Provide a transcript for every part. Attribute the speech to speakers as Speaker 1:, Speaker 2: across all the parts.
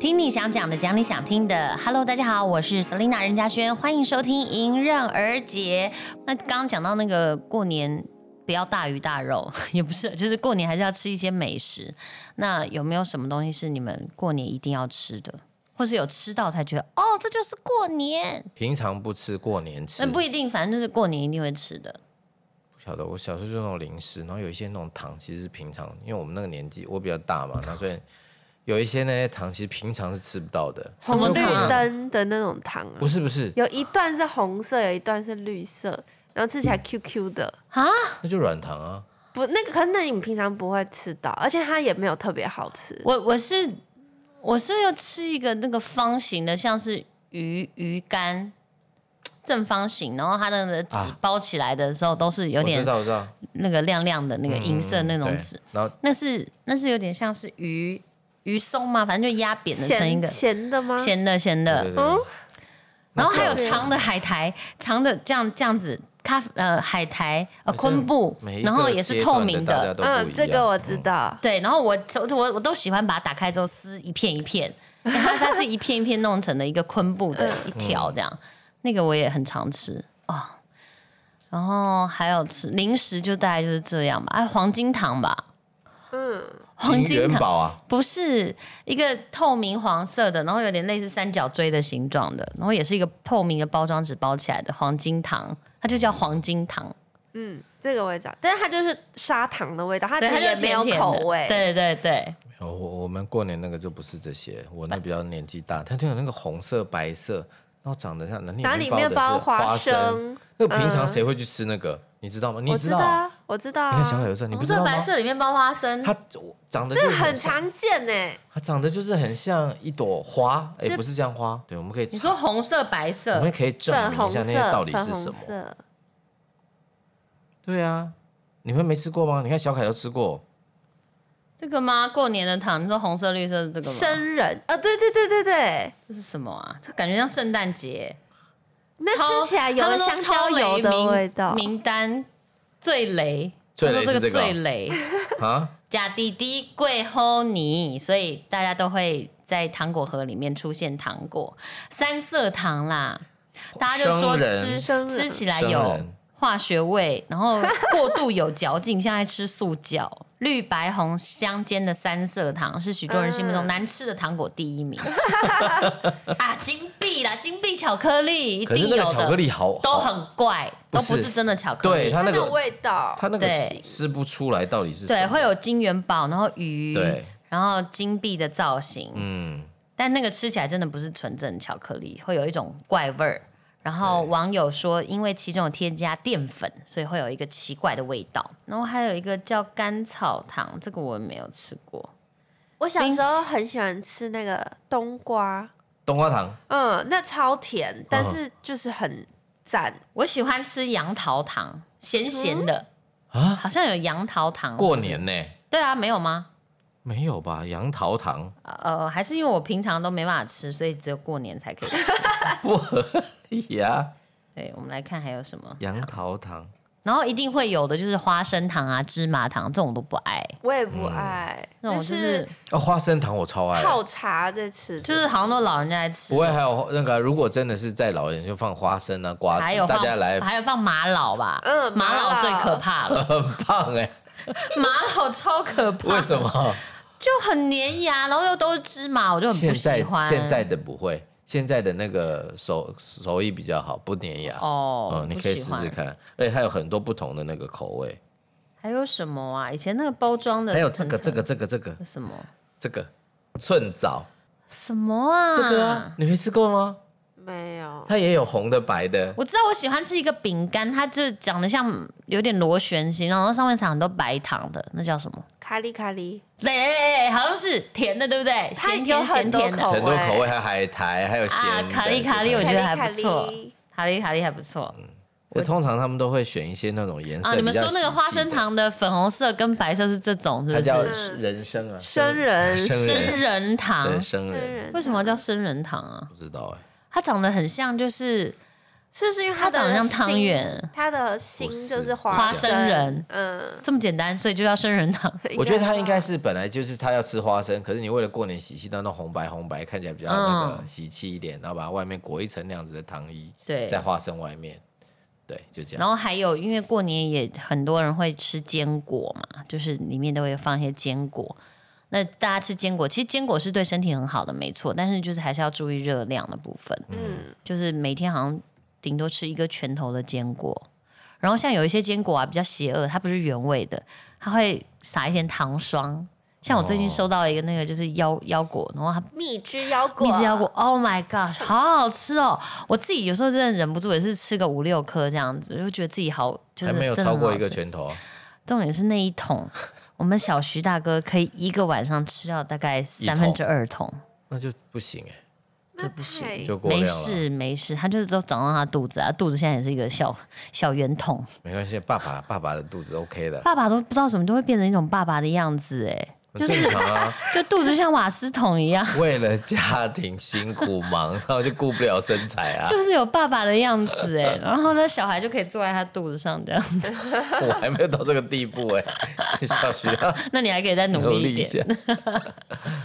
Speaker 1: 你想讲的，讲你想听的。Hello，大家好，我是 Selina 任嘉轩，欢迎收听迎刃而解。那刚刚讲到那个过年不要大鱼大肉， 也不是，就是过年还是要吃一些美食。那有没有什么东西是你们过年一定要吃的，或是有吃到才觉得哦，这就是过年？
Speaker 2: 平常不吃，过年吃。
Speaker 1: 那嗯不一定，反正就是过年一定会吃的。
Speaker 2: 不晓得，我小时候就那种零食，然后有一些那种糖，其实是平常，因为我们那个年纪，我比较大 嘛，那所以有一些那些糖其实平常是吃不到的。
Speaker 1: 什么
Speaker 2: 就
Speaker 1: 糖对
Speaker 2: 过年
Speaker 1: 啊
Speaker 3: 红绿灯的那种糖啊
Speaker 2: 不，是不是，
Speaker 3: 有一段是红色，有一段是绿色，然后吃起
Speaker 2: 嗯
Speaker 3: 来 QQ 的。
Speaker 1: 啊，
Speaker 2: 那就软糖啊。
Speaker 3: 不，那个可能你平常不会吃到，而且它也没有特别好吃。
Speaker 1: 我我是我是要吃一个那个方形的，像是鱼鱼干正方形，然后它那个纸
Speaker 2: 啊
Speaker 1: 包起来的时候都是有
Speaker 2: 我知
Speaker 1: 点
Speaker 2: 道，我知道，
Speaker 1: 那个亮亮的那个银色那种
Speaker 2: 对
Speaker 1: 纸，。
Speaker 2: 然后
Speaker 1: 那是那是有点像是鱼鱼松嘛，反正就压扁了成一
Speaker 3: 咸
Speaker 1: 个
Speaker 3: 咸的吗？
Speaker 1: 咸的咸
Speaker 2: 对
Speaker 1: 的
Speaker 2: 对，对
Speaker 3: 嗯
Speaker 2: 对，
Speaker 1: 然后还有
Speaker 2: 那叫
Speaker 1: 长的海苔，长的这样这样子。咖呃海苔呃昆布
Speaker 2: 每一，个
Speaker 1: 然后也是
Speaker 2: 阶
Speaker 1: 透
Speaker 2: 段
Speaker 1: 明
Speaker 2: 的，大家
Speaker 1: 的，
Speaker 2: 都不一样
Speaker 3: 这个我知
Speaker 2: 嗯
Speaker 3: 道。
Speaker 1: 对，然后我我我都喜欢把它打开之后撕一片一片，然后它是一片一片弄成的一个昆布
Speaker 3: 嗯
Speaker 1: 的一条这样，那个我也很常吃哦。然后还有吃零食，就大概就是这样吧。哎，黄金糖吧，嗯，黄
Speaker 2: 金
Speaker 1: 金
Speaker 2: 元
Speaker 1: 糖
Speaker 2: 宝啊，
Speaker 1: 不是一个透明黄色的，然后有点类似三角锥的形状的，然后也是一个透明的包装纸包起来的黄金糖，它就叫黄金糖，
Speaker 3: 嗯，这个我也知道，但是它就是砂糖的味道，它
Speaker 1: 对，
Speaker 3: 其
Speaker 1: 它
Speaker 3: 实
Speaker 1: 就
Speaker 3: 也没有
Speaker 1: 甜甜的
Speaker 3: 口味。
Speaker 1: 对对对，
Speaker 2: 我我们过年那个就不是这些，我那比较年纪大，它就有那个红色、白色，然后长得像，
Speaker 3: 然
Speaker 2: 然
Speaker 3: 后里面
Speaker 2: 包
Speaker 3: 包
Speaker 2: 的是
Speaker 3: 花
Speaker 2: 花
Speaker 3: 生，
Speaker 2: 那个平常谁会去吃那个？你知道吗？你
Speaker 3: 我
Speaker 2: 知
Speaker 3: 知
Speaker 2: 道
Speaker 3: 道
Speaker 2: 啊？
Speaker 3: 啊，我知道
Speaker 2: 你
Speaker 3: 啊
Speaker 2: 看，小海有知道，你不
Speaker 1: 红
Speaker 2: 知
Speaker 1: 色
Speaker 2: 道吗
Speaker 1: 白？色里面包花生，
Speaker 2: 它长得就
Speaker 3: 这很
Speaker 2: 像，
Speaker 3: 常见欸呢。
Speaker 2: 它长得就是很像一朵花，哎，
Speaker 1: 是
Speaker 2: 不是这样花，对，我们可以
Speaker 1: 你
Speaker 2: 查，
Speaker 1: 说红色、白
Speaker 2: 我们
Speaker 1: 色，
Speaker 2: 可以证
Speaker 3: 粉
Speaker 2: 明
Speaker 3: 红
Speaker 2: 一下那
Speaker 3: 色，
Speaker 2: 些到底
Speaker 3: 粉
Speaker 2: 是什
Speaker 3: 红
Speaker 2: 么。
Speaker 3: 色，
Speaker 2: 对啊，你们没吃过吗？你看小凯都吃过，
Speaker 1: 这个吗？过年的糖，你说红色、绿色是这个吗？
Speaker 3: 生人啊，对对对对对，
Speaker 1: 这是什么啊？这感觉像圣诞节，
Speaker 3: 那吃起来有
Speaker 1: 他们
Speaker 3: 香
Speaker 1: 说
Speaker 3: 蕉
Speaker 1: 超雷
Speaker 3: 油的
Speaker 1: 名
Speaker 3: 味道。
Speaker 1: 名单最雷，
Speaker 2: 最雷
Speaker 1: 他说
Speaker 2: 是
Speaker 1: 这
Speaker 2: 这个
Speaker 1: 最雷，
Speaker 2: 啊，
Speaker 1: 假弟弟贵齁泥，所以大家都会在糖果盒里面出现糖果，三色糖啦，大家就说吃
Speaker 3: 生人
Speaker 1: 吃起来
Speaker 2: 生
Speaker 1: 有
Speaker 2: 人
Speaker 1: 化学味，然后过度有嚼劲，像在吃塑胶。绿白红相间的三色糖是许多人心目中
Speaker 3: 嗯
Speaker 1: 难吃的糖果第一名 啊！金币啦，金币巧克力一
Speaker 2: 可是
Speaker 1: 定
Speaker 2: 那个
Speaker 1: 有
Speaker 2: 巧克
Speaker 1: 的，
Speaker 2: 力好
Speaker 1: 都
Speaker 2: 好
Speaker 1: 很怪，
Speaker 2: 不
Speaker 1: 都
Speaker 2: 是
Speaker 1: 不是真的巧克
Speaker 2: 对
Speaker 1: 力。
Speaker 2: 它那
Speaker 3: 个
Speaker 2: 个
Speaker 3: 味道，
Speaker 2: 它那个
Speaker 1: 对
Speaker 2: 吃不出来到底是什
Speaker 1: 对，
Speaker 2: 么
Speaker 1: 会有金元宝，然后鱼，
Speaker 2: 对，
Speaker 1: 然后金币的造型，
Speaker 2: 嗯，
Speaker 1: 但那个吃起来真的不是纯正巧克力，会有一种怪味儿。然后网友说，因为其中有添加淀粉，所以会有一个奇怪的味道。然后还有一个叫甘草糖，这个我没有吃过。
Speaker 3: 我小
Speaker 1: 冰
Speaker 3: 时候很喜欢吃那个冬瓜，
Speaker 2: 冬瓜糖
Speaker 3: 嗯，那超甜，但
Speaker 2: 嗯
Speaker 3: 是就是很赞。
Speaker 1: 我喜欢吃杨桃糖，咸咸的，
Speaker 2: 啊
Speaker 1: 好像有杨桃糖。
Speaker 2: 过年呢、
Speaker 1: 对啊，没有吗？
Speaker 2: 没有吧？杨桃糖
Speaker 1: 呃，还是因为我平常都没办法吃，所以只有过年才可以吃。
Speaker 2: 不合理啊！
Speaker 1: 对，我们来看还有什么。
Speaker 2: 杨桃糖，
Speaker 1: 然后一定会有的就是花生糖啊、芝麻糖这种我都不爱，
Speaker 3: 我也
Speaker 2: 嗯
Speaker 3: 不爱，
Speaker 1: 那
Speaker 3: 但
Speaker 1: 种就是
Speaker 2: 哦，花生糖我超爱。
Speaker 3: 泡茶在吃，
Speaker 1: 就是好像都老人家在吃
Speaker 2: 不。会还有那个，啊如果真的是再老一点，就放花生啊、瓜
Speaker 1: 还有
Speaker 2: 子，大
Speaker 1: 放
Speaker 2: 家来
Speaker 1: 还有放玛瑙吧，
Speaker 3: 嗯
Speaker 1: 玛
Speaker 3: 玛
Speaker 1: 瑙
Speaker 3: 瑙
Speaker 1: 最可怕 了，
Speaker 2: 很棒哎、
Speaker 1: 玛瑙超可怕，
Speaker 2: 为什？么？
Speaker 1: 就很粘牙，然后又都是芝麻，我就很
Speaker 2: 现
Speaker 1: 不喜
Speaker 2: 在
Speaker 1: 欢。
Speaker 2: 现在的不会，现在的那个手手艺比较好，不粘牙。
Speaker 1: 哦，
Speaker 2: 嗯，
Speaker 1: 不
Speaker 2: 你可以试
Speaker 1: 喜
Speaker 2: 试
Speaker 1: 欢。
Speaker 2: 看，而且它有很多不同的那个口味，
Speaker 1: 还有什么啊？以前那个包装的，
Speaker 2: 还有这个这个这个这个
Speaker 1: 什么
Speaker 2: 这个寸枣，
Speaker 1: 什么啊？
Speaker 2: 这个啊，你没吃过吗？
Speaker 3: 没有。
Speaker 2: 它也有红的、白的，
Speaker 1: 我知道我喜欢吃一个饼干，它就长得像有点螺旋形，然后上面撒很多白糖的，那叫什么？
Speaker 3: 咖喱咖喱，
Speaker 1: 嘞，好像是甜的，对不对？
Speaker 3: 它
Speaker 1: 咸
Speaker 3: 有
Speaker 1: 甜
Speaker 3: 很
Speaker 1: 咸
Speaker 3: 多
Speaker 1: 甜的
Speaker 3: 口
Speaker 2: 很多
Speaker 3: 味
Speaker 2: 口味，还有海苔，还有咸
Speaker 1: 哎啊
Speaker 2: 的。
Speaker 1: 卡喱卡喱
Speaker 2: 这个
Speaker 1: 我觉得还
Speaker 3: 咖
Speaker 1: 不
Speaker 3: 喱
Speaker 1: 错卡
Speaker 3: 咖喱
Speaker 1: 喱卡喱还不错。
Speaker 2: 就通常他们都会选一些那种颜色
Speaker 1: 啊，你们
Speaker 2: 比较
Speaker 1: 说那个
Speaker 2: 细细
Speaker 1: 花生
Speaker 2: 的，
Speaker 1: 糖的粉红色跟白色是这种，是不
Speaker 2: 它叫
Speaker 1: 是？
Speaker 3: 是
Speaker 2: 人参啊，
Speaker 3: 生人
Speaker 2: 生
Speaker 1: 生
Speaker 2: 人，啊
Speaker 1: 人糖
Speaker 2: 对，生
Speaker 3: 生
Speaker 2: 人，
Speaker 3: 人
Speaker 1: 为什么叫生人糖啊？
Speaker 2: 不知道哎，
Speaker 1: 它长得很像，就是
Speaker 3: 是不是因为
Speaker 1: 它
Speaker 3: 的
Speaker 1: 长得像
Speaker 3: 心
Speaker 1: 汤，圆，
Speaker 3: 它的心就是
Speaker 1: 花
Speaker 2: 不是
Speaker 1: 生仁，
Speaker 3: 嗯，
Speaker 1: 这么简单，所以就叫生仁汤。
Speaker 2: 我觉得他应该
Speaker 3: 是
Speaker 2: 是本来就是他要吃花生，可是你为了过年喜气，当弄红白红白，看起来比较那个喜气一点，然后把外面裹一层那样子的糖衣，
Speaker 1: 嗯对
Speaker 2: 在花生外面，对，就这
Speaker 1: 然
Speaker 2: 样。
Speaker 1: 后还有，因为过年也很多人会吃坚果嘛，就是里面都会放一些坚果。那大家吃坚果，其实坚果是对身体很好的，没错，但是就是还是要注意热量的部分。
Speaker 3: 嗯，
Speaker 1: 就是每天好像顶多吃一个拳头的坚果。然后像有一些坚果啊比较邪恶，它不是原味的，它会撒一些糖霜。像我最近
Speaker 2: 哦
Speaker 1: 收到一个那个就是腰腰果，然后它
Speaker 3: 蜜汁腰果，
Speaker 1: 蜜汁腰果，Oh my god，好好吃哦！我自己有时候真的忍不住也是吃个五六颗这样子，就觉得自己好就是
Speaker 2: 还没有
Speaker 1: 真的
Speaker 2: 超
Speaker 1: 很
Speaker 2: 过
Speaker 1: 好
Speaker 2: 一个
Speaker 1: 吃
Speaker 2: 拳头，啊
Speaker 1: 重点是那一桶， 我们小徐大哥可以一个晚上吃掉大概三分之二桶，
Speaker 2: 那就不行哎、
Speaker 3: 那
Speaker 1: 这不行
Speaker 3: 太
Speaker 2: 就过量
Speaker 1: 没
Speaker 2: 了。
Speaker 1: 事没事，他就是都长到他肚子啊，肚子现在也是一个小小圆筒，
Speaker 2: 没关系，爸爸爸爸的肚子 OK 的，
Speaker 1: 爸爸都不知道什么都会变成一种爸爸的样子哎，
Speaker 2: 很正常啊。
Speaker 1: 就肚子像瓦斯桶一样，
Speaker 2: 为了家庭辛苦忙，然后就顾不了身材啊。
Speaker 1: 就是有爸爸的样子哎，然后呢小孩就可以坐在他肚子上这样，
Speaker 2: 我还没有到这个地步 哎、小徐啊，
Speaker 1: 那你还可以再努
Speaker 2: 努
Speaker 1: 力一
Speaker 2: 力一啊
Speaker 1: 点。
Speaker 2: 下。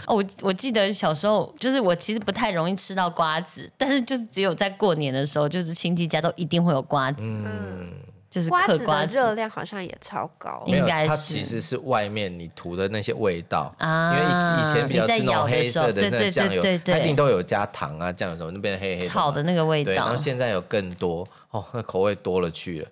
Speaker 1: 哦，我我记得小时候，就是我其实不太容易吃到瓜子，但是就是只有在过年的时候，就是亲戚家都一定会有瓜子，
Speaker 3: 嗯，
Speaker 1: 就是
Speaker 3: 瓜
Speaker 1: 嗑
Speaker 3: 子
Speaker 1: 瓜
Speaker 3: 的
Speaker 1: 子。
Speaker 3: 热量好像也超高，
Speaker 1: 应该
Speaker 2: 它
Speaker 1: 是
Speaker 2: 其实是外面你涂的那些味道
Speaker 1: 啊
Speaker 2: 因为以以前比较吃那种黑色
Speaker 1: 你在
Speaker 2: 的
Speaker 1: 咬的时候对
Speaker 2: 那
Speaker 1: 对
Speaker 2: 个酱油，
Speaker 1: 对对对
Speaker 2: 它一定都有加糖啊、酱油什么，那变成黑黑的嘛
Speaker 1: 炒的那个味
Speaker 2: 对，然
Speaker 1: 道
Speaker 2: 后。现在有更多哦，那口味多了去了。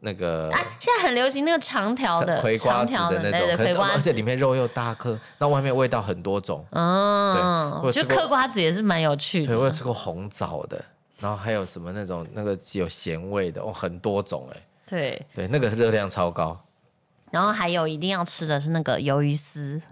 Speaker 2: 那个
Speaker 1: 啊，现在很流行那个长条的
Speaker 2: 葵瓜
Speaker 1: 长
Speaker 2: 子
Speaker 1: 条
Speaker 2: 的那
Speaker 1: 对
Speaker 2: 种，
Speaker 1: 对，
Speaker 2: 可
Speaker 1: 葵
Speaker 2: 是
Speaker 1: 瓜
Speaker 2: 而且
Speaker 1: 子。
Speaker 2: 里面肉又大颗，那外面味道很多种。
Speaker 1: 嗯
Speaker 2: 对我，有
Speaker 1: 就
Speaker 2: 吃过
Speaker 1: 嗑瓜子也是蛮有趣
Speaker 2: 对，我有
Speaker 1: 的。
Speaker 2: 吃过红枣的，然后还有什么那种那个有咸味的，哦，很多种哎、
Speaker 1: 对，
Speaker 2: 对，那个热量超高，
Speaker 1: 然后还有一定要吃的是那个鱿鱼丝，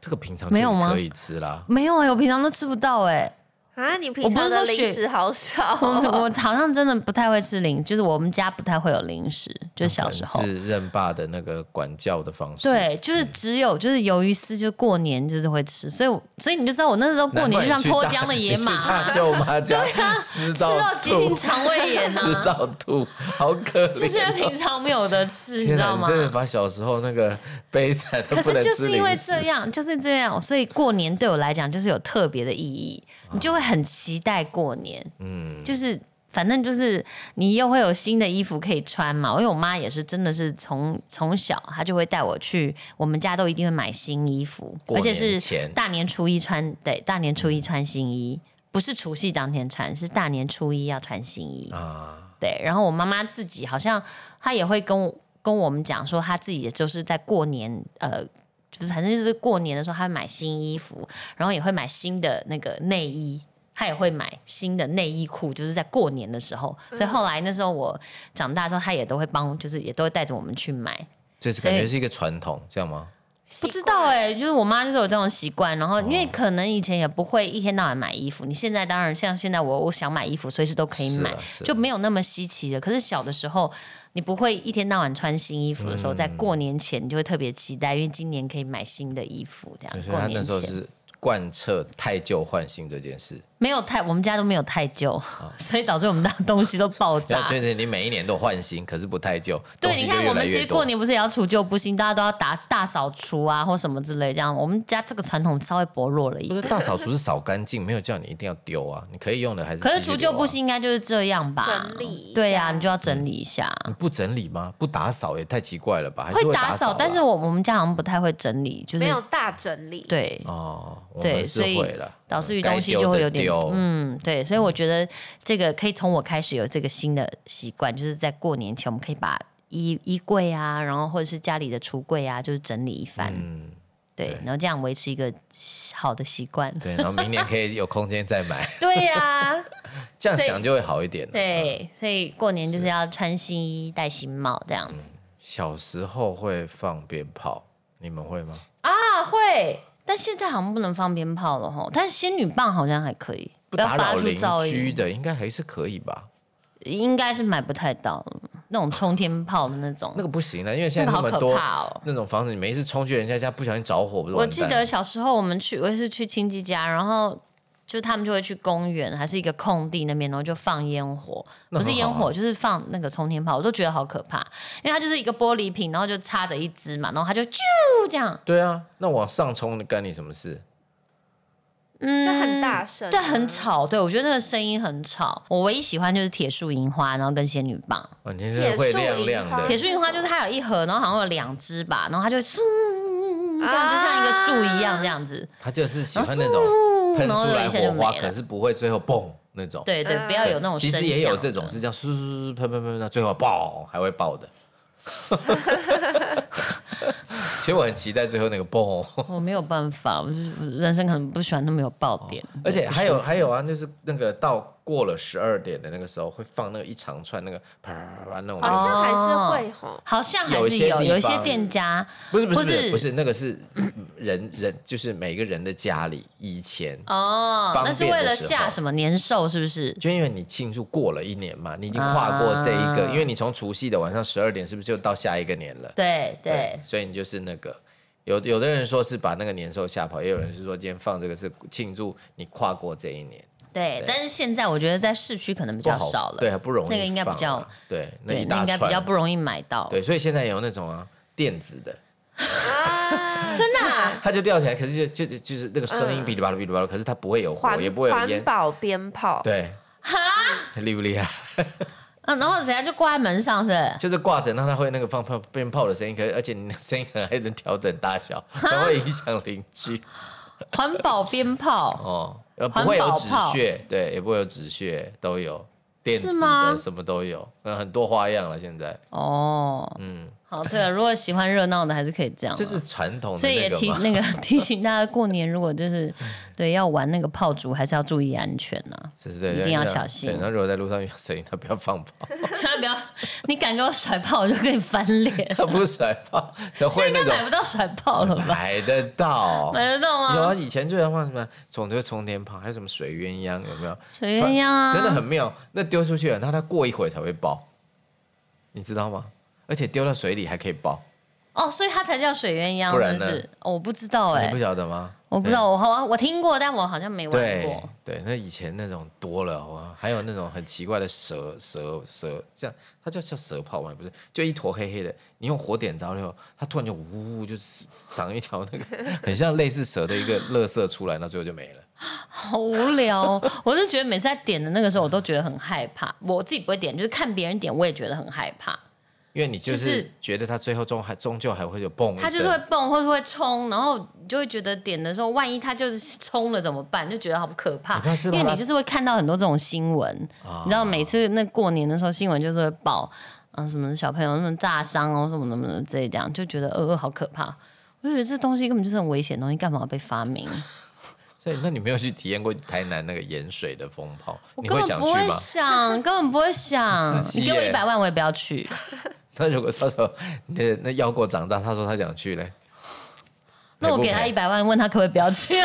Speaker 2: 这个平常
Speaker 1: 没有
Speaker 2: 就
Speaker 1: 吗
Speaker 2: 可以吃啦。
Speaker 1: 没有哎，我平常都吃不到 哎。
Speaker 3: 啊，你平
Speaker 1: 我不
Speaker 3: 常
Speaker 1: 是
Speaker 3: 的
Speaker 1: 说
Speaker 3: 零
Speaker 1: 雪
Speaker 3: 食好少 哦
Speaker 1: 我我好像真的不太会吃零，就是我们家不太会有零食，就是小时候
Speaker 2: 可。能是嗯任爸的那个管教的方式。
Speaker 1: 对，就是只有就是鱿鱼丝，就过年就是会吃，所以我所以你就知道我那时候过
Speaker 2: 难
Speaker 1: 年
Speaker 2: 怪
Speaker 1: 就
Speaker 2: 你去大，
Speaker 1: 像脱缰的 野马
Speaker 2: 你去大
Speaker 1: 啊，
Speaker 2: 舅妈家 吃
Speaker 1: 吃到
Speaker 2: 到
Speaker 1: 急性
Speaker 2: 吐，
Speaker 1: 肠胃炎
Speaker 2: 吃
Speaker 1: 啊，
Speaker 2: 到吐，好可怜哦。
Speaker 1: 就是因为平常没有得吃，你知
Speaker 2: 天
Speaker 1: 道
Speaker 2: 哪，
Speaker 1: 吗
Speaker 2: 你？真的把小时候那个悲惨的
Speaker 1: 可
Speaker 2: 不
Speaker 1: 是
Speaker 2: 能
Speaker 1: 就
Speaker 2: 吃
Speaker 1: 是因为
Speaker 2: 零食
Speaker 1: 这，样，就是这样，所以过年对我来讲就是有特别的意义，你就会很期待过年，嗯，就是。反正就是你又会有新的衣服可以穿嘛，因为我妈也是真的是从从小她就会带我去，我们家都一定会买新衣服，
Speaker 2: 过
Speaker 1: 而且
Speaker 2: 年
Speaker 1: 是
Speaker 2: 前
Speaker 1: 大年初一穿，对，大年初一穿新衣，不是除夕当天穿，是大年初一要穿新衣
Speaker 2: 啊。
Speaker 1: 对，然后我妈妈自己好像她也会跟我跟我们讲说，她自己也就是在过年，呃，就是反正就是过年的时候，她会买新衣服，然后也会买新的那个内衣。她也会买新的内衣裤，就是在过年的时候，所以后来那时候我长大之后，她也都会帮，就是也都会带着我们去买。
Speaker 2: 就是
Speaker 1: 所以
Speaker 2: 感觉是一个传统，这样吗？
Speaker 1: 不知道哎、就是我妈就是有这种习惯，然后因为
Speaker 2: 哦
Speaker 1: 可能以前也不会一天到晚买衣服，你现在当然像现在我我想买衣服随时都可以
Speaker 2: 是
Speaker 1: 买
Speaker 2: 啊，是啊
Speaker 1: 就没有那么稀奇了。可是小的时候，你不会一天到晚穿新衣服的时候，
Speaker 2: 嗯
Speaker 1: 在过年前你就会特别期待，因为今年可以买新的衣服，这样
Speaker 2: 就是
Speaker 1: 过
Speaker 2: 他那
Speaker 1: 年
Speaker 2: 时候就
Speaker 1: 前
Speaker 2: 是贯彻太旧换新这件事，
Speaker 1: 没有太我们家都没有太旧，
Speaker 2: 哦
Speaker 1: 所以导致我们家东西都爆
Speaker 2: 然
Speaker 1: 炸
Speaker 2: 后。就是你每一年都换新，可是不太旧，
Speaker 1: 对，
Speaker 2: 东西
Speaker 1: 你
Speaker 2: 就
Speaker 1: 看
Speaker 2: 越
Speaker 1: 我
Speaker 2: 来
Speaker 1: 们其
Speaker 2: 越
Speaker 1: 实
Speaker 2: 多
Speaker 1: 过。年不是也要除旧布新，大家都要打大扫除啊，或什么之类这样。我们家这个传统稍微薄弱了一点
Speaker 2: 不。是大扫除是扫干净，没有叫你一定要丢啊，你可以用的还是、
Speaker 1: 可是除旧
Speaker 2: 啊
Speaker 1: 布，新应该就是这样吧？
Speaker 3: 整理一下
Speaker 1: 对啊呀、你就要整理一下。
Speaker 2: 你不整理吗？不打扫也太奇怪了吧？还是
Speaker 1: 会
Speaker 2: 打
Speaker 1: 打扫，
Speaker 2: 吧
Speaker 1: 但是我我们家好像不太会整理，就是
Speaker 3: 没有大整理，
Speaker 1: 对，
Speaker 2: 哦，我
Speaker 1: 对
Speaker 2: 们是
Speaker 1: 所以
Speaker 2: 会了，
Speaker 1: 导致于
Speaker 2: 该
Speaker 1: 东西
Speaker 2: 丢
Speaker 1: 就会
Speaker 2: 的
Speaker 1: 有点
Speaker 2: 丢
Speaker 1: 嗯，对，所以我觉得这个可以从我开始有这个新的习惯，就是在过年前我们可以把衣衣柜啊，然后或者是家里的橱柜啊，就是整理一番，
Speaker 2: 嗯，
Speaker 1: 对
Speaker 2: 对，。
Speaker 1: 然后这样维持一个好的习惯
Speaker 2: 对，然后明年可以有空间再买，
Speaker 1: 对呀、
Speaker 2: 这样
Speaker 1: 所以
Speaker 2: 想就会好一点了。嗯
Speaker 1: 对，所以过年就是要穿新衣、戴新帽这样子。
Speaker 2: 小时候会放鞭炮，你们会吗？
Speaker 1: 啊，会，但现在好像不能放鞭炮了吼。但是仙女棒好像还可以，
Speaker 2: 不
Speaker 1: 要
Speaker 2: 打
Speaker 1: 发
Speaker 2: 扰
Speaker 1: 出
Speaker 2: 邻
Speaker 1: 噪
Speaker 2: 居
Speaker 1: 音，嗯
Speaker 2: 的应该还是可以吧？
Speaker 1: 应该是买不太到了那种冲天炮的那种，
Speaker 2: 那个不行了，因为
Speaker 1: 那
Speaker 2: 现
Speaker 1: 个
Speaker 2: 在
Speaker 1: 好
Speaker 2: 那么
Speaker 1: 可
Speaker 2: 多
Speaker 1: 怕哦。
Speaker 2: 那种房子，你每一次冲去人家家不小心着火，不是
Speaker 1: 我
Speaker 2: 完
Speaker 1: 记
Speaker 2: 蛋
Speaker 1: 得小时候我们去，我也是去亲戚家，然后就是他们就会去公园，还是一个空地那边，然后就放烟火，
Speaker 2: 那
Speaker 1: 不
Speaker 2: 很
Speaker 1: 是烟
Speaker 2: 好啊
Speaker 1: 火，就是放那个冲天炮，我都觉得好可怕，因为它就是一个玻璃瓶，然后就插着一支嘛，然后它就啾这样，
Speaker 2: 对啊，那往上冲干你什么事？
Speaker 3: 就
Speaker 1: 嗯，
Speaker 3: 很大声、啊
Speaker 1: 对，很。吵，对我觉得那个声音很吵。我唯一喜欢就是铁树银花，然后跟仙女棒。
Speaker 2: 哦，你真的会亮亮
Speaker 3: 铁树银花
Speaker 1: 铁树银花
Speaker 2: 的，
Speaker 1: 就是它有一盒，然后好像有两只吧，然后它就咻这样，就像一个树一样这样子。
Speaker 2: 他就是喜欢那种喷出来火花，可是不会最后嘣那种。
Speaker 1: 对对，不要有那种
Speaker 2: 其
Speaker 1: 声响
Speaker 2: 实
Speaker 1: 的。
Speaker 2: 也有这种是这样，嗖嗖嗖喷喷喷，到最后爆还会爆的。其实我很期待最后那个嘣，
Speaker 1: 我没有办法，我就是我人生可能不喜欢那么有爆点。
Speaker 2: 而且还有还有啊，就是那个到过了十二点的那个时候，会放那个一长串那个啪啪啪啪那种东
Speaker 3: 好
Speaker 2: 西。
Speaker 3: 像还
Speaker 1: 哦
Speaker 3: 是 会吼，
Speaker 1: 好像还
Speaker 2: 有一
Speaker 1: 是
Speaker 2: 些
Speaker 1: 有
Speaker 2: 地
Speaker 1: 有一些
Speaker 2: 方
Speaker 1: 店家
Speaker 2: 不是不
Speaker 1: 不
Speaker 2: 是不
Speaker 1: 是
Speaker 2: 是不是那个是人人就是每个人的家里以前，
Speaker 1: 哦，
Speaker 2: 方
Speaker 1: 那是
Speaker 2: 便
Speaker 1: 为
Speaker 2: 的
Speaker 1: 了
Speaker 2: 时
Speaker 1: 下
Speaker 2: 候
Speaker 1: 什么年兽是不是？
Speaker 2: 就因为你庆祝过了一年嘛，你已经跨过这一个，
Speaker 1: 啊
Speaker 2: 因为你从除夕的晚上十二点是不是就到下一个年了？
Speaker 1: 对对，
Speaker 2: 所以你就是那个有有的人说是把那个年兽吓跑，也有人是说今天放这个是庆祝你跨过这一年，
Speaker 1: 对，但是现在我觉得在市区可能比
Speaker 2: 不
Speaker 1: 较
Speaker 2: 好
Speaker 1: 少了，
Speaker 2: 对，还不容易
Speaker 1: 那个应该比
Speaker 2: 放
Speaker 1: 较
Speaker 2: 啊对，那
Speaker 1: 对，
Speaker 2: 一
Speaker 1: 那
Speaker 2: 大
Speaker 1: 应该
Speaker 2: 串
Speaker 1: 比较不容易买到。
Speaker 2: 对，所以现在有那种啊电子的，
Speaker 3: 啊，
Speaker 1: 真的啊、
Speaker 2: 它就吊起来，可是就就就就是那个声
Speaker 1: 嗯
Speaker 2: 音哔哩吧啦哔哩吧啦，可是它不会有火，
Speaker 3: 环
Speaker 2: 也不会有
Speaker 3: 环
Speaker 2: 烟，
Speaker 3: 保鞭炮，
Speaker 2: 对，哈，厉不厉害？
Speaker 1: 嗯，然后人家就挂在门上是不是
Speaker 2: 就是挂着，那它会那个放炮鞭炮的声音，可是而且你的声音可能还能调整 大小，它会影响邻居
Speaker 1: 环保鞭炮，
Speaker 2: 哦。呃，不
Speaker 1: 环
Speaker 2: 会有
Speaker 1: 保
Speaker 2: 止
Speaker 1: 炮
Speaker 2: 血，对，也不会有止血，都有电
Speaker 1: 是
Speaker 2: 子
Speaker 1: 吗
Speaker 2: 的，什么都有，嗯，很多花样了。现在
Speaker 1: 哦，嗯，好，对了，如果喜欢热闹的还是可以这样啊，
Speaker 2: 就是传统
Speaker 1: 所
Speaker 2: 的
Speaker 1: 以
Speaker 2: 那
Speaker 1: 也
Speaker 2: 个
Speaker 1: 提
Speaker 2: 嘛，
Speaker 1: 那个 提醒大家，过年如果就是对要玩那个炮竹，还是要注意安全啊呐、
Speaker 2: 是是对，
Speaker 1: 一定
Speaker 2: 对
Speaker 1: 要
Speaker 2: 那
Speaker 1: 小心
Speaker 2: 对，那如果在路上遇到声音，他不要放炮，
Speaker 1: 千万不要，你敢给我甩炮，我就跟你翻脸。
Speaker 2: 他不甩炮，他 会
Speaker 1: 现在
Speaker 2: 那
Speaker 1: 应该买
Speaker 2: 种
Speaker 1: 不到甩炮了 吧？
Speaker 2: 买得到，
Speaker 1: 买得到
Speaker 2: 有
Speaker 1: 吗？
Speaker 2: 啊，以前就有放什么从这冲天炮，还有什么水鸳鸯，有没有？
Speaker 1: 水鸳鸯啊，
Speaker 2: 真的很妙。那丢出去了，那它过一会才会爆，你知道吗？而且丢到水里还可以爆，
Speaker 1: 哦，所以它才叫水鸳鸯，
Speaker 2: 不然
Speaker 1: 是
Speaker 2: 呢
Speaker 1: 是？哦我不知道哎、
Speaker 2: 你不晓得吗？
Speaker 1: 我不知道，我好我听过，但我好像没玩
Speaker 2: 对。
Speaker 1: 过。
Speaker 2: 对对，那以前那种多了哇，还有那种很奇怪的蛇蛇蛇，这样它叫叫蛇炮吗？不是，就一坨黑黑的，你用火点着了以后，它突然就呜就长一条那个 很像类似蛇的一个垃圾出来，那最后就没了。
Speaker 1: 好无聊、哦， 我是觉得每次在点的那个时候，我都觉得很害怕。我自己不会点，就是看别人点，我也觉得很害怕。
Speaker 2: 因为你就
Speaker 1: 就是是
Speaker 2: 觉得它最后终还终究还会有蹦一声，
Speaker 1: 它就是会蹦，或是会冲，然后你就会觉得点的时候，万一它就是冲了怎么办？就觉得好可怕
Speaker 2: 你怕是。啊
Speaker 1: 因
Speaker 2: 怕
Speaker 1: 为
Speaker 2: 它
Speaker 1: 你就是会看到很多这种新闻，你知道每次那过年的时候新闻就是会报，嗯，什么小朋友什么炸伤哦，什么什么什么之类这样，就觉得呃好可怕。我就觉得这东西根本就是很危险的东西，干嘛要被发明？
Speaker 2: 所以，那你没有去体验过台南那个盐水的风炮，
Speaker 1: 我
Speaker 2: 你
Speaker 1: 根
Speaker 2: 会
Speaker 1: 本
Speaker 2: 想
Speaker 1: 不
Speaker 2: 去
Speaker 1: 会
Speaker 2: 吗？
Speaker 1: 想，根本不会想。
Speaker 2: 刺激
Speaker 1: 你给我一
Speaker 2: 耶
Speaker 1: 百万，我也不要去。
Speaker 2: 那如果到时候那那要过长大，他说他想去嘞，
Speaker 1: 那我给他
Speaker 2: 赔
Speaker 1: 一
Speaker 2: 不
Speaker 1: 百万，问他可不可以不要 去、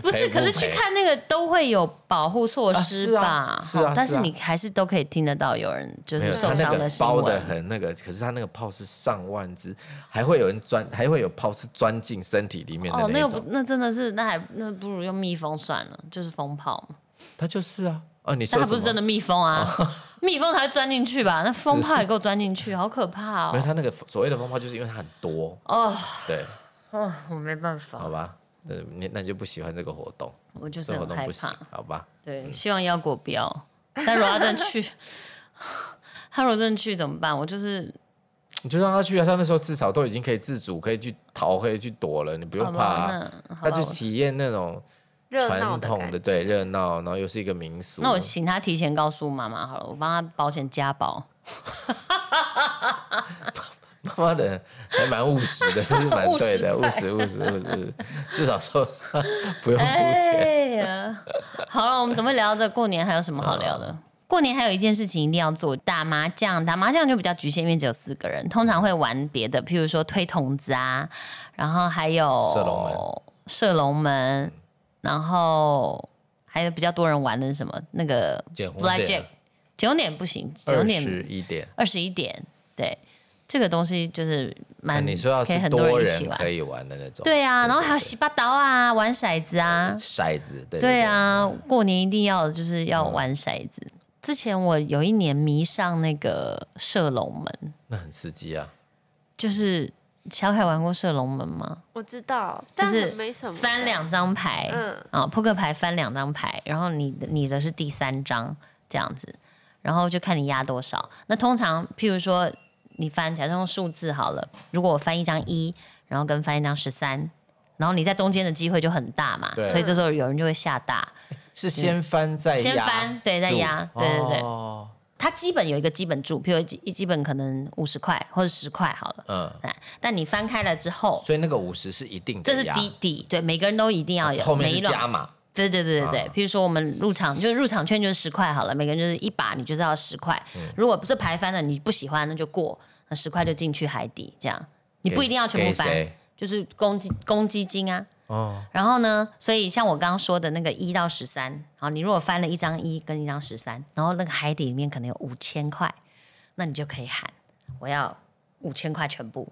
Speaker 1: 不是，
Speaker 2: 赔不
Speaker 1: 可是去
Speaker 2: 赔
Speaker 1: 看那个都会有保护措施吧？
Speaker 2: 啊是啊是啊
Speaker 1: 好但
Speaker 2: 是
Speaker 1: 是
Speaker 2: 啊
Speaker 1: 你还是都可以听得到有人就
Speaker 2: 赔没
Speaker 1: 是
Speaker 2: 有
Speaker 1: 受
Speaker 2: 他那
Speaker 1: 伤
Speaker 2: 个
Speaker 1: 新
Speaker 2: 包的
Speaker 1: 闻。
Speaker 2: 很那个，可是他那个炮是上万支，还会有人钻，还会有炮是钻进身体里面的
Speaker 1: 哦，那
Speaker 2: 一
Speaker 1: 个
Speaker 2: 种，
Speaker 1: 不，那真的是，那还那不如用蜜蜂算了，就是蜂炮嘛。
Speaker 2: 他就是啊，哦，你说
Speaker 1: 但它
Speaker 2: 什
Speaker 1: 不
Speaker 2: 么？哦
Speaker 1: 是真的蜜蜂啊， 蜜蜂才会钻进去吧？那蜂炮也给我钻进去，好可怕
Speaker 2: 没有，
Speaker 1: 哦！
Speaker 2: 他那个所谓的风炮就是因为它很多，
Speaker 1: 哦，
Speaker 2: 对，
Speaker 1: 哦，我没办
Speaker 2: 好
Speaker 1: 法，
Speaker 2: 吧，那你那你就不喜欢这个活动，
Speaker 1: 我就是
Speaker 2: 这个活
Speaker 1: 很
Speaker 2: 动
Speaker 1: 害
Speaker 2: 不行
Speaker 1: 怕。，
Speaker 2: 好吧？
Speaker 1: 对，希望腰果不要。但如果他真的去， 他如果真的去怎么办？我就是
Speaker 2: 你就让他去啊，他那时候至少都已经可以自主，可以去逃，可以去躲了，你不用
Speaker 1: 好
Speaker 2: 怕、啊。
Speaker 1: 吧，那好
Speaker 2: 他
Speaker 1: 吧
Speaker 2: 去
Speaker 1: 我
Speaker 2: 体验那种
Speaker 3: 热闹
Speaker 2: 传
Speaker 3: 的
Speaker 2: 统
Speaker 3: 感
Speaker 2: 的
Speaker 3: 觉。
Speaker 2: 对热闹，然后又是一 个民俗。
Speaker 1: 那我请他提前告诉妈妈好了，我帮他保险加 保，
Speaker 2: 妈 妈的还蛮务实的，这是蛮
Speaker 1: 务实
Speaker 2: 对的，务
Speaker 1: 派
Speaker 2: 实务实务实，至少说 不用出
Speaker 1: 哎
Speaker 2: 钱。
Speaker 1: 呀，好了，我们怎么聊的？过年还有什么好聊
Speaker 2: 嗯
Speaker 1: 的？ 过年还有一件事情一定要做，打麻将。打麻将就比较局限，因为只有四个人，通常会玩别的，譬如说推筒子啊，然后还有
Speaker 2: 射龙门
Speaker 1: 射龙门然后还有比较多人玩的是什么？那个
Speaker 2: 捡红
Speaker 1: blackjack，
Speaker 2: 点，
Speaker 1: 九点不行，九
Speaker 2: 二
Speaker 1: 点
Speaker 2: 十一点，
Speaker 1: 二十一点，对。这个东西就是蛮
Speaker 2: 啊哎你说要
Speaker 1: 可以
Speaker 2: 是
Speaker 1: 很多
Speaker 2: 多
Speaker 1: 人一起
Speaker 2: 人
Speaker 1: 玩，
Speaker 2: 可以玩的那种，
Speaker 1: 对啊，然后还有
Speaker 2: 对
Speaker 1: 洗把刀啊，玩骰子啊，
Speaker 2: 骰子，对
Speaker 1: 对，啊，过年一定要就是要玩骰子。之前我有一年迷上那个射龙门，
Speaker 2: 那很刺激啊！
Speaker 1: 就是小凯玩过射龙门吗？
Speaker 3: 我知道，但
Speaker 1: 就是
Speaker 3: 很没什么
Speaker 1: 翻两张牌，
Speaker 3: 嗯
Speaker 1: 啊，扑克牌翻两张牌，然后你的你的是第三张这样子，然后就看你压多少。那通常譬如说你翻，假设用数字好了，如果我翻一张一，然后跟翻一张十三，然后你在中间的机会就很大嘛，
Speaker 2: 对
Speaker 1: 所以这时候有人就会下大。
Speaker 2: 是先翻再
Speaker 1: 嗯
Speaker 2: 压，
Speaker 1: 先翻对再压
Speaker 2: 住
Speaker 1: 对对对
Speaker 2: 哦
Speaker 1: 它基本有一个基本注，譬如一基本可能五十块或者十块好了，
Speaker 2: 嗯，
Speaker 1: 哎但你翻开了之后，
Speaker 2: 所以那个五十是一定
Speaker 1: 这
Speaker 2: 得
Speaker 1: 是
Speaker 2: 压啊
Speaker 1: 底底，对，每个人都一定要啊有，
Speaker 2: 后面
Speaker 1: 每
Speaker 2: 是
Speaker 1: 一轮
Speaker 2: 加码，
Speaker 1: 对对对对对，
Speaker 2: 啊
Speaker 1: 譬如说我们入场就是入场券就是十块好了，每个人就是一把，你就是要十块。
Speaker 2: 嗯
Speaker 1: 如果这牌翻了你不喜欢，那就过，那十块就进去海底这样。你不一定要全部
Speaker 2: 给
Speaker 1: 翻，
Speaker 2: 谁
Speaker 1: 就是公积公积金啊。
Speaker 2: 哦，
Speaker 1: 然后呢，所以像我刚刚说的那个一到十三，然后你如果翻了一张一跟一张十三，然后那个海底里面可能有五千块，那你就可以喊我要五千块全部。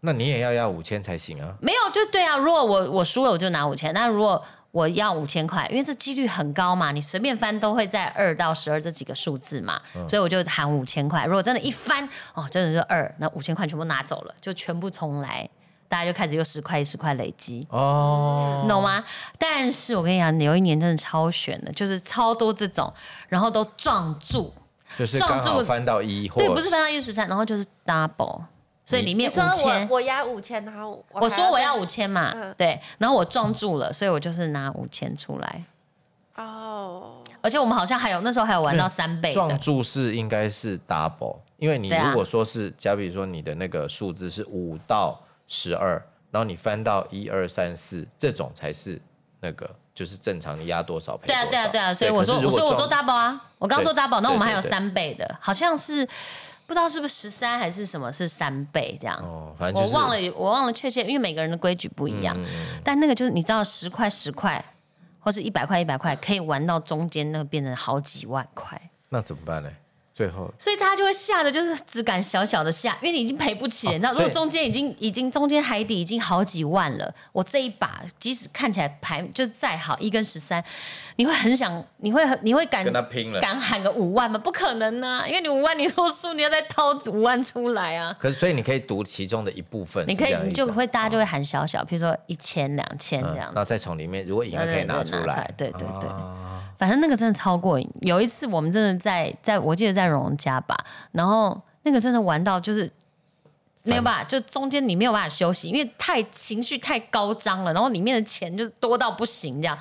Speaker 2: 那你也要压五千才行啊。
Speaker 1: 没有，就对啊。如果我我输了，我就拿五千；那如果我要五千块，因为这几率很高嘛，你随便翻都会在二到十二这几个数字嘛，所以我就喊五千块。如果真的一翻，哦，真的是二，那五千块全部拿走了，就全部重来，大家就开始又十块十块累积。
Speaker 2: 哦，
Speaker 1: 你懂吗？但是我跟你讲，有一年真的超悬的，就是超多这种，然后都撞住，
Speaker 2: 就是刚
Speaker 1: 撞
Speaker 2: 好
Speaker 1: 住
Speaker 2: 翻到一或
Speaker 1: 对，不是翻到一十翻，然后就是 double，所以里面
Speaker 3: 你
Speaker 1: 五
Speaker 3: 说
Speaker 1: 千
Speaker 3: 我，我压五千，然后
Speaker 1: 我说我要
Speaker 3: 还
Speaker 1: 五千嘛，
Speaker 3: 嗯
Speaker 1: 对，然后我撞住了，所以我就是拿五千出来，
Speaker 3: 再哦，
Speaker 1: 而且我们好像还有那时候还有玩到三倍
Speaker 2: 撞
Speaker 1: 的，
Speaker 2: 柱是应该是 double，因为你
Speaker 1: 对啊
Speaker 2: 如果说是，假比说你的那个数字是五到十二，然后你翻到一二三四，这种才是那个就是正常你压多少赔
Speaker 1: 对
Speaker 2: 多
Speaker 1: 啊
Speaker 2: 少。
Speaker 1: 对啊对啊，所以我
Speaker 2: 可
Speaker 1: 说
Speaker 2: 是如
Speaker 1: 我
Speaker 2: 果
Speaker 1: 说我
Speaker 2: 撞
Speaker 1: 说 double 啊，我刚说
Speaker 2: 对
Speaker 1: double，那我们还有
Speaker 2: 对对对
Speaker 1: 三倍的，好像是不知道是不是十三还是什么是三倍这样，
Speaker 2: 哦，反正
Speaker 1: 我
Speaker 2: 就是嗯
Speaker 1: 忘了，我忘了确切，因为每个人的规矩不一样。但那个就是你知道，十块十块，或是一百块一百块，可以玩到中间那个变成好几万块，
Speaker 2: 那怎么办呢？最后
Speaker 1: 所以大家就会吓得就是只敢小小的下，因为你已经赔不起了，
Speaker 2: 哦
Speaker 1: 你知道，如
Speaker 2: 所以
Speaker 1: 果中间已经已经中间海底已经好几万了，我这一把即使看起来牌就是再好一跟十三，你会很想，你会你会敢
Speaker 2: 跟他拼了。
Speaker 1: 敢喊个五万吗？不可能啊，因为你五万你如果输，你要再掏五万出来 啊。
Speaker 2: 可是所以你可以读其中的一部分，
Speaker 1: 你可以
Speaker 2: 是这样，的
Speaker 1: 你
Speaker 2: 意
Speaker 1: 就
Speaker 2: 思啊吗
Speaker 1: 会大家就会喊小小，比如说一千、两千这样子，
Speaker 2: 嗯那再从里面如果赢了
Speaker 1: 对
Speaker 2: 可以
Speaker 1: 对对
Speaker 2: 出来，
Speaker 1: 对对对
Speaker 2: 啊
Speaker 1: 反正那个真的超过瘾。有一次我们真的在在我记得在荣家吧，然后那个真的玩到就是。没有办法，就中间你没有办法休息，因为太情绪太高涨了，然后里面的钱就是多到不行这样。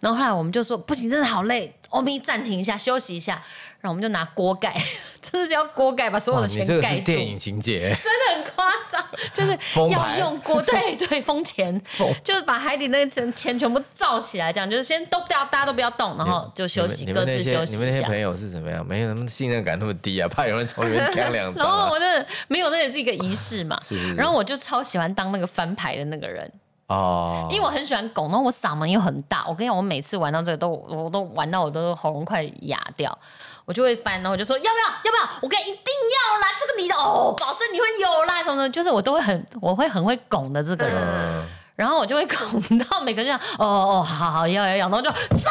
Speaker 1: 然后后来我们就说不行，真的好累，我们暂停一下，休息一下。然后我们就拿锅盖， 真的是要锅盖把所有
Speaker 2: 哇，
Speaker 1: 的
Speaker 2: 你
Speaker 1: 钱
Speaker 2: 这个
Speaker 1: 盖
Speaker 2: 是
Speaker 1: 住，
Speaker 2: 电影 情节，
Speaker 1: 真的很夸 张，就是
Speaker 2: 封
Speaker 1: 要
Speaker 2: 牌
Speaker 1: 用 锅，对对，封钱，
Speaker 2: 封
Speaker 1: 就是把海底那个钱钱全部罩起来，这样就是先都不要，大家都不要动，然后就休息，
Speaker 2: 你
Speaker 1: 各
Speaker 2: 们你
Speaker 1: 自
Speaker 2: 们
Speaker 1: 休
Speaker 2: 那些
Speaker 1: 息
Speaker 2: 你们
Speaker 1: 一
Speaker 2: 那些
Speaker 1: 下
Speaker 2: 朋。友是怎么样？没有他们信任感那么低啊，怕有人从里 面抢两
Speaker 1: 然
Speaker 2: 张
Speaker 1: 后
Speaker 2: 啊。
Speaker 1: 我那没有，那也是一个仪式嘛。
Speaker 2: 是是是
Speaker 1: 然后我就超喜欢当那个翻牌的那个人，
Speaker 2: 哦，
Speaker 1: 因为我很喜欢拱，然后我嗓门又很大。我跟你讲，我每次玩到这个都，我都玩到我都喉咙快哑掉，我就会翻，然后我就说要不要，要不要？我跟你一定要啦，这个你的哦，保证你会有啦，什么的，就是我都会很，我会很会拱的这个人。
Speaker 2: 嗯
Speaker 1: 然后我就会拱到每个人这样，哦哦，好好要要要，然后就中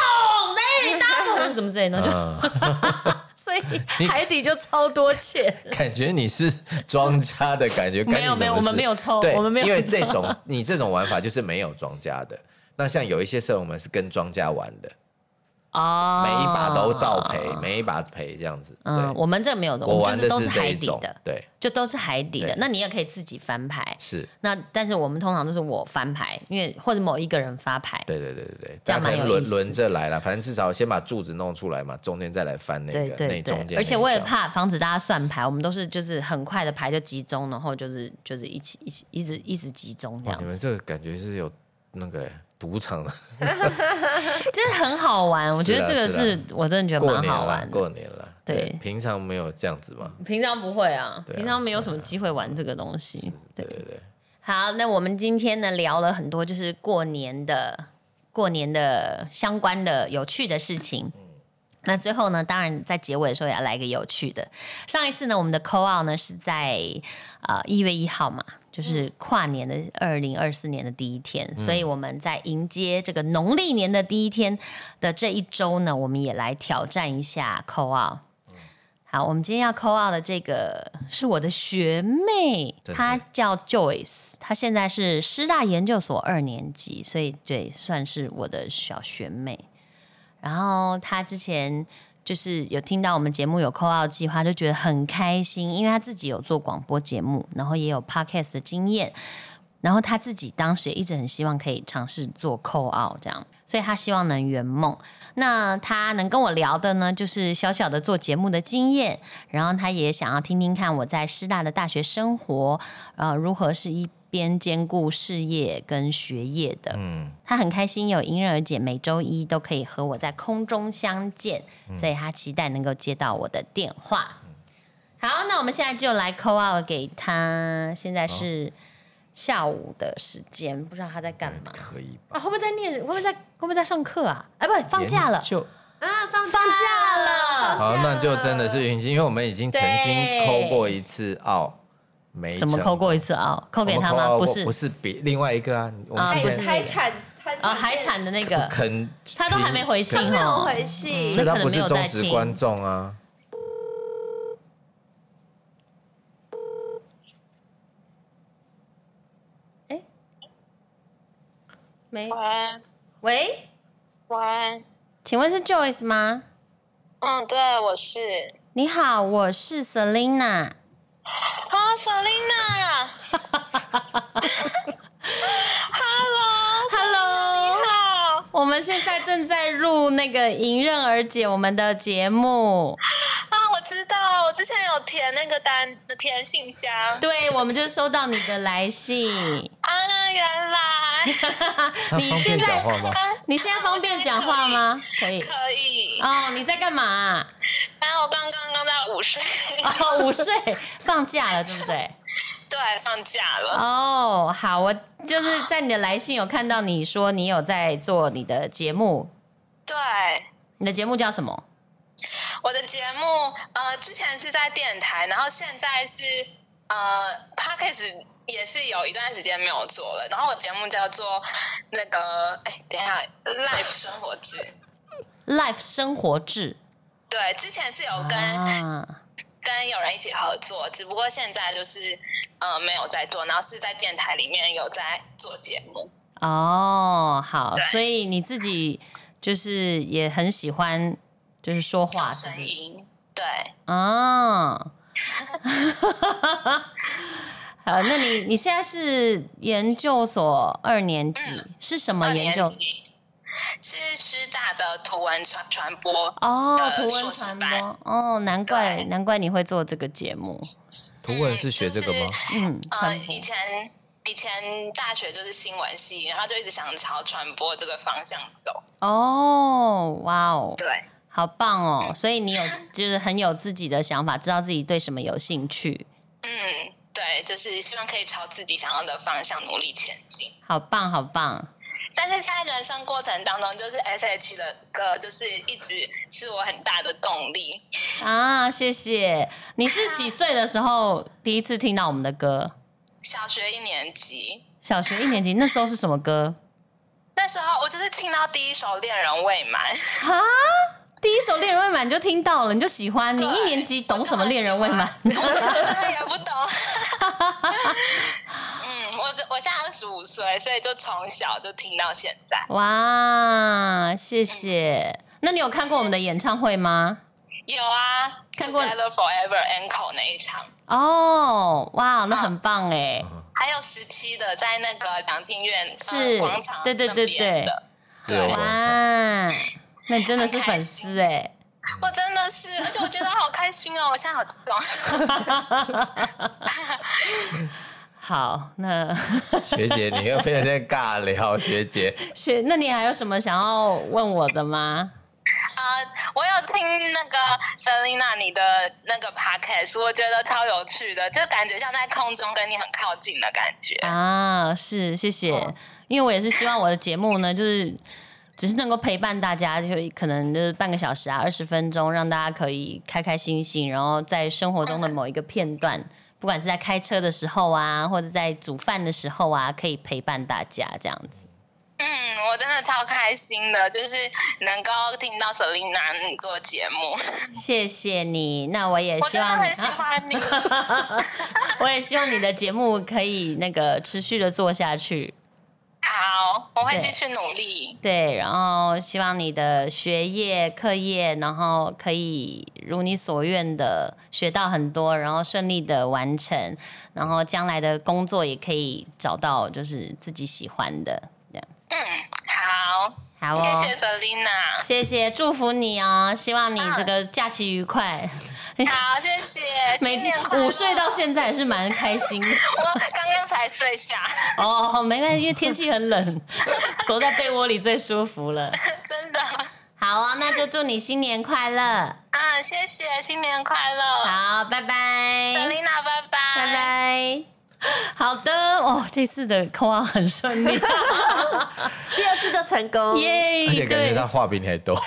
Speaker 1: 那大鼓什么之类的，然后就
Speaker 2: 嗯，
Speaker 1: 所以海底就超多钱。
Speaker 2: 感觉你是庄家的感觉，干
Speaker 1: 没
Speaker 2: 你
Speaker 1: 有
Speaker 2: 什么
Speaker 1: 没有，我们
Speaker 2: 事
Speaker 1: 没有抽，
Speaker 2: 对，
Speaker 1: 我们没有
Speaker 2: 因为
Speaker 1: 抽
Speaker 2: 这种你这种玩法就是没有庄家的。那像有一些社我们是跟庄家玩的，
Speaker 1: 哦，
Speaker 2: 每一把都照赔，每一把赔这样子。
Speaker 1: 嗯，
Speaker 2: 对，
Speaker 1: 啊我们这没有的，
Speaker 2: 我
Speaker 1: 我们
Speaker 2: 玩
Speaker 1: 就
Speaker 2: 的
Speaker 1: 都是
Speaker 2: 这
Speaker 1: 海
Speaker 2: 一
Speaker 1: 底
Speaker 2: 种
Speaker 1: 的，，
Speaker 2: 对，
Speaker 1: 就都是海底的
Speaker 2: 对。
Speaker 1: 那你也可以自己翻牌，
Speaker 2: 是，
Speaker 1: 那但是我们通常都是我翻牌，因为或者某一个人发牌。
Speaker 2: 对对对对对，
Speaker 1: 这
Speaker 2: 大
Speaker 1: 样
Speaker 2: 家可
Speaker 1: 蛮有
Speaker 2: 能轮
Speaker 1: 意思
Speaker 2: 轮着来了，反正至少先把柱子弄出来嘛，中间再来翻那
Speaker 1: 对
Speaker 2: 个
Speaker 1: 对
Speaker 2: 那中
Speaker 1: 对，
Speaker 2: 间。
Speaker 1: 而且我也，怕防止大家算牌，我们都是就是很快的牌就集中，然后就是就是一起一起一直一直集中这
Speaker 2: 哇，
Speaker 1: 样
Speaker 2: 你
Speaker 1: 子
Speaker 2: 们。这个感觉是有那个赌场的啊
Speaker 1: 真的很好玩，我觉得
Speaker 2: 是
Speaker 1: 这
Speaker 2: 啦
Speaker 1: 个
Speaker 2: 是啦
Speaker 1: 是我真的觉得
Speaker 2: 过
Speaker 1: 蛮
Speaker 2: 年
Speaker 1: 好
Speaker 2: 了
Speaker 1: 玩，的。
Speaker 2: 过年了，
Speaker 1: 对
Speaker 2: 平常没有这样子嘛。
Speaker 1: 平常不会啊，
Speaker 2: 对啊
Speaker 1: 平常没有什么机会玩这个东西。
Speaker 2: 对啊
Speaker 1: 对，
Speaker 2: 对对，
Speaker 1: 好，那我们今天呢聊了很多，就是过年的过年的相关的有趣的事情。那最后呢，当然在结尾的时候也要来一个有趣的。上一次呢，我们的 call out 呢是在呃一月一号嘛，就是跨年的二零二四年的第一天，
Speaker 2: 嗯
Speaker 1: 所以我们在迎接这个农历年的第一天的这一周呢，我们也来挑战一下 call out。好，我们今天要 call out 的这个是我的学妹，
Speaker 2: 真的
Speaker 1: 她叫 Joyce，她现在是师大研究所二年级，所以对，算是我的小学妹。然后她之前就是有听到我们节目有扣奥计划，就觉得很开心，因为她自己有做广播节目，然后也有 podcast 的经验，然后她自己当时也一直很希望可以尝试做扣奥这样，所以她希望能圆梦。那她能跟我聊的呢，就是小小的做节目的经验，然后她也想要听听看我在师大的大学生活，呃，如何是一边兼顾事业跟学业的。
Speaker 2: 嗯，
Speaker 1: 她很开心有迎刃而解，每周一都可以和我在空中相见，所以她期待能够接到我的电话。好，那我们现在就来 call out 给她。现在是下午的时间，不知道她在干嘛
Speaker 2: 可以吧？
Speaker 1: 啊？会不会在念？会不会在？会不会在上课啊？哎，不，放假了，
Speaker 2: 就
Speaker 3: 啊，放
Speaker 1: 放假了，
Speaker 2: 好，那就真的是云星，因为我们已经曾经
Speaker 1: 对
Speaker 2: 抠过一次奥，没
Speaker 1: 怎么
Speaker 2: 成
Speaker 1: 扣过一次啊？扣给
Speaker 2: 我们
Speaker 1: 他
Speaker 2: 扣
Speaker 1: 吗？
Speaker 2: 奥
Speaker 1: 不
Speaker 2: 过
Speaker 1: 是
Speaker 2: 不是别另外一个啊，我
Speaker 1: 啊
Speaker 2: 们
Speaker 1: 不是
Speaker 2: 之前
Speaker 1: 那个
Speaker 3: 哎海产海
Speaker 1: 啊，
Speaker 3: 产
Speaker 1: 海产的那个，
Speaker 2: 肯，
Speaker 1: 他都还没回信
Speaker 3: 店没有
Speaker 1: 哦。
Speaker 3: 回信
Speaker 2: 所以，他
Speaker 1: 可能
Speaker 2: 不
Speaker 1: 没
Speaker 2: 是
Speaker 1: 有
Speaker 2: 忠
Speaker 1: 在
Speaker 2: 实
Speaker 1: 听
Speaker 2: 观众啊。
Speaker 1: 没
Speaker 4: 喂
Speaker 1: 喂，
Speaker 4: 喂，
Speaker 1: 请问是 Joyce 吗？
Speaker 4: 嗯，对，我是
Speaker 1: 你好，我是 Selina。
Speaker 4: 啊，Selina。Hello，
Speaker 1: Hello，
Speaker 4: 好
Speaker 1: 我们现在正在录那个迎刃而解我们的节目，
Speaker 4: 啊，我知道，我之前有填那个单，填信箱
Speaker 1: 对，我们就收到你的来信。
Speaker 4: 啊，原来啊
Speaker 2: 他
Speaker 1: 你
Speaker 2: 方
Speaker 1: 现
Speaker 2: 便
Speaker 1: 在
Speaker 2: 讲话吗？
Speaker 1: 你现在方便讲话吗？可以。
Speaker 4: 可以。嗯
Speaker 1: 哦，你在干嘛、
Speaker 4: 然后我刚刚刚在午睡，
Speaker 1: 哦，午睡，放假了，对不对？
Speaker 4: 对，放假了。
Speaker 1: 哦，好，我就是在你的来信有看到你说你有在做你的节目，
Speaker 4: 对，
Speaker 1: 你的节目叫什么？
Speaker 4: 我的节目呃，之前是在电台，然后现在是呃 p o d c a s 也是有一段时间没有做了。然后我节目叫做那个，哎，等一下，Life 生活志。
Speaker 1: Life 生活志
Speaker 4: 对，之前是有跟、
Speaker 1: 啊，
Speaker 4: 跟有人一起合作，只不过现在就是呃没有在做，然后是在电台里面有在做节目。
Speaker 1: 哦，好，
Speaker 4: 对
Speaker 1: 所以你自己就是也很喜欢就是说话，对不
Speaker 4: 声
Speaker 1: 对
Speaker 4: 音，对，
Speaker 1: 哦， 好，那你你现在是研究所二年级，是什么
Speaker 4: 嗯二
Speaker 1: 研
Speaker 4: 年
Speaker 1: 究？
Speaker 4: 级是师大的图文传传播。
Speaker 1: 哦，
Speaker 4: 的
Speaker 1: 图文
Speaker 4: 硕士
Speaker 1: 传
Speaker 4: 班
Speaker 1: 播，哦，难怪
Speaker 4: 对
Speaker 1: 难怪你会做这个节目，
Speaker 2: 图文是学这个吗？
Speaker 1: 嗯，
Speaker 4: 呃，
Speaker 1: 传播
Speaker 4: 以前以前大学就是新闻系，然后就一直想朝传播这个方向走。
Speaker 1: 哦，哇哦，
Speaker 4: 对，
Speaker 1: 好棒哦！
Speaker 4: 嗯
Speaker 1: 所以你有就是很有自己的想法，知道自己对什么有兴趣，
Speaker 4: 嗯，对，就是希望可以朝自己想要的方向努力前进。
Speaker 1: 好棒，好棒！
Speaker 4: 但是在人生过程当中，就是 S H 的歌，就是一直是我很大的动力。
Speaker 1: 啊，谢谢！你是几岁的时候第一次听到我们的歌？
Speaker 4: 小学一年级
Speaker 1: 小学一年级那时候是什么歌？
Speaker 4: 那时候，我就是听到第一首《恋人未满》，
Speaker 1: 哈，第一首《恋人未满》你就听到了，你就喜欢，你
Speaker 4: 对
Speaker 1: 一年级懂什么《恋人未满》
Speaker 4: 我就很喜欢我真的也不懂。 嗯，我我现在二十五岁，所以就从小就听到现在。
Speaker 1: 哇，谢谢！那你有看过我们的演唱会吗？
Speaker 4: 有啊，
Speaker 1: 看过
Speaker 4: Together Forever Ankle 那一场，
Speaker 1: 哦，哇，那很棒哎！
Speaker 4: 还有十七的在那个两厅院呃
Speaker 1: 是
Speaker 4: 广场
Speaker 1: 对对对
Speaker 4: 那边的
Speaker 2: 自由广场。
Speaker 1: 哇，那你真的是粉丝哎！
Speaker 4: 我真的是，而且我觉得好开心哦，我现在好激动。
Speaker 1: 好，那
Speaker 2: 学姐，你又变成在尬聊，学姐。
Speaker 1: 学，那你还有什么想要问我的吗？
Speaker 4: 呃，我有听那个 Selina 你的那个 podcast，我觉得超有趣的，就感觉像在空中跟你很靠近的感觉。
Speaker 1: 啊，是谢谢，
Speaker 4: 哦
Speaker 1: 因为我也是希望我的节目呢，就是只是能够陪伴大家，就可能就是半个小时啊，二十分钟，让大家可以开开心心，然后在生活中的某一个片段，不管是在开车的时候啊，或者在煮饭的时候啊，可以陪伴大家这样子。
Speaker 4: 嗯，我真的超开心的，就是能够听到 Selina 你做节目，
Speaker 1: 谢谢你，那我也
Speaker 4: 我
Speaker 1: 希
Speaker 4: 真的
Speaker 1: 望
Speaker 4: 很喜
Speaker 1: 啊
Speaker 4: 欢你。
Speaker 1: 我也希望你的节目可以那个持续的做下去。
Speaker 4: 好，我会
Speaker 1: 对
Speaker 4: 继续努力。
Speaker 1: 对，然后希望你的学业、课业，然后可以如你所愿的学到很多，然后顺利的完成，然后将来的工作也可以找到就是自己喜欢的这样。
Speaker 4: 嗯，好，
Speaker 1: 好哦
Speaker 4: 谢，谢 Selina。
Speaker 1: 谢谢，祝福你哦，希望你这个假期愉 快。
Speaker 4: 好，谢谢，
Speaker 1: 哎每
Speaker 4: 新年快乐！
Speaker 1: 午睡到现在也是蛮开心的
Speaker 4: 我刚刚才睡下，
Speaker 1: 哦，没关系，因为天气很冷，躲在被窝里最舒服了。
Speaker 4: 真的。
Speaker 1: 好啊，那就祝你新年快乐。
Speaker 4: 啊，谢谢，新年快乐
Speaker 1: 好，拜拜，
Speaker 4: ，Selina，拜拜，
Speaker 1: 拜。拜。好的哦，这次的扣啊很顺 利，
Speaker 3: 第二次就成功，
Speaker 1: 耶！
Speaker 2: 而且感觉
Speaker 1: 对
Speaker 2: 他话比你 还多，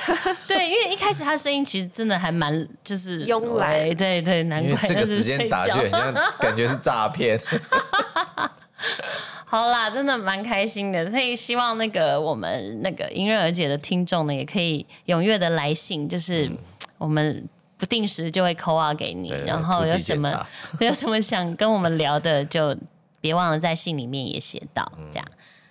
Speaker 1: 对，因为一开始他声音其实真的还蛮就是
Speaker 3: 慵懒
Speaker 1: 喂对对，难
Speaker 2: 因为
Speaker 1: 怪
Speaker 2: 这个
Speaker 1: 就是
Speaker 2: 时间
Speaker 1: 睡
Speaker 2: 打
Speaker 1: 觉
Speaker 2: 去，。很像感觉是诈 骗。
Speaker 1: 好啦，真的蛮开心的，所以希望那个我们那个迎刃而解的听众呢，也可以踊跃的来信，就是我们不定时就会扣啊给你，
Speaker 2: 嗯对对
Speaker 1: 然后
Speaker 2: 突击
Speaker 1: 有什
Speaker 2: 检
Speaker 1: 么
Speaker 2: 查
Speaker 1: 有什么想跟我们聊的，就别忘了在信里面也写到，
Speaker 2: 嗯
Speaker 1: 这样。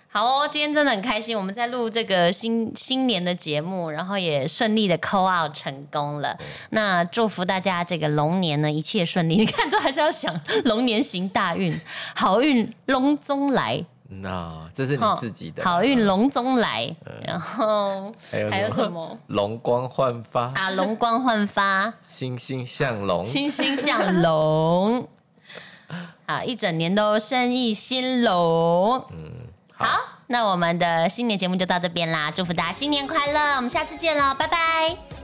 Speaker 1: 好哦，今天真的很开心，我们在录这个新新年的节目，然后也顺利的 call out 成功了。
Speaker 2: 嗯
Speaker 1: 那祝福大家这个龙年呢一切顺利。你看，都还是要想龙年行大 运，好运隆中来，
Speaker 2: 那嗯啊这是你自己的嗯哎
Speaker 1: 好运，龙中来，然后
Speaker 2: 还有
Speaker 1: 还有什
Speaker 2: 什么？
Speaker 1: 么
Speaker 2: 容光焕发，
Speaker 1: 啊？龙光焕发，
Speaker 2: 欣欣向荣。
Speaker 1: 欣欣向荣，啊，一整年都生意兴隆。好，那我们的新年节目就到这边啦，祝福大家新年快乐，我们下次见喽，拜拜。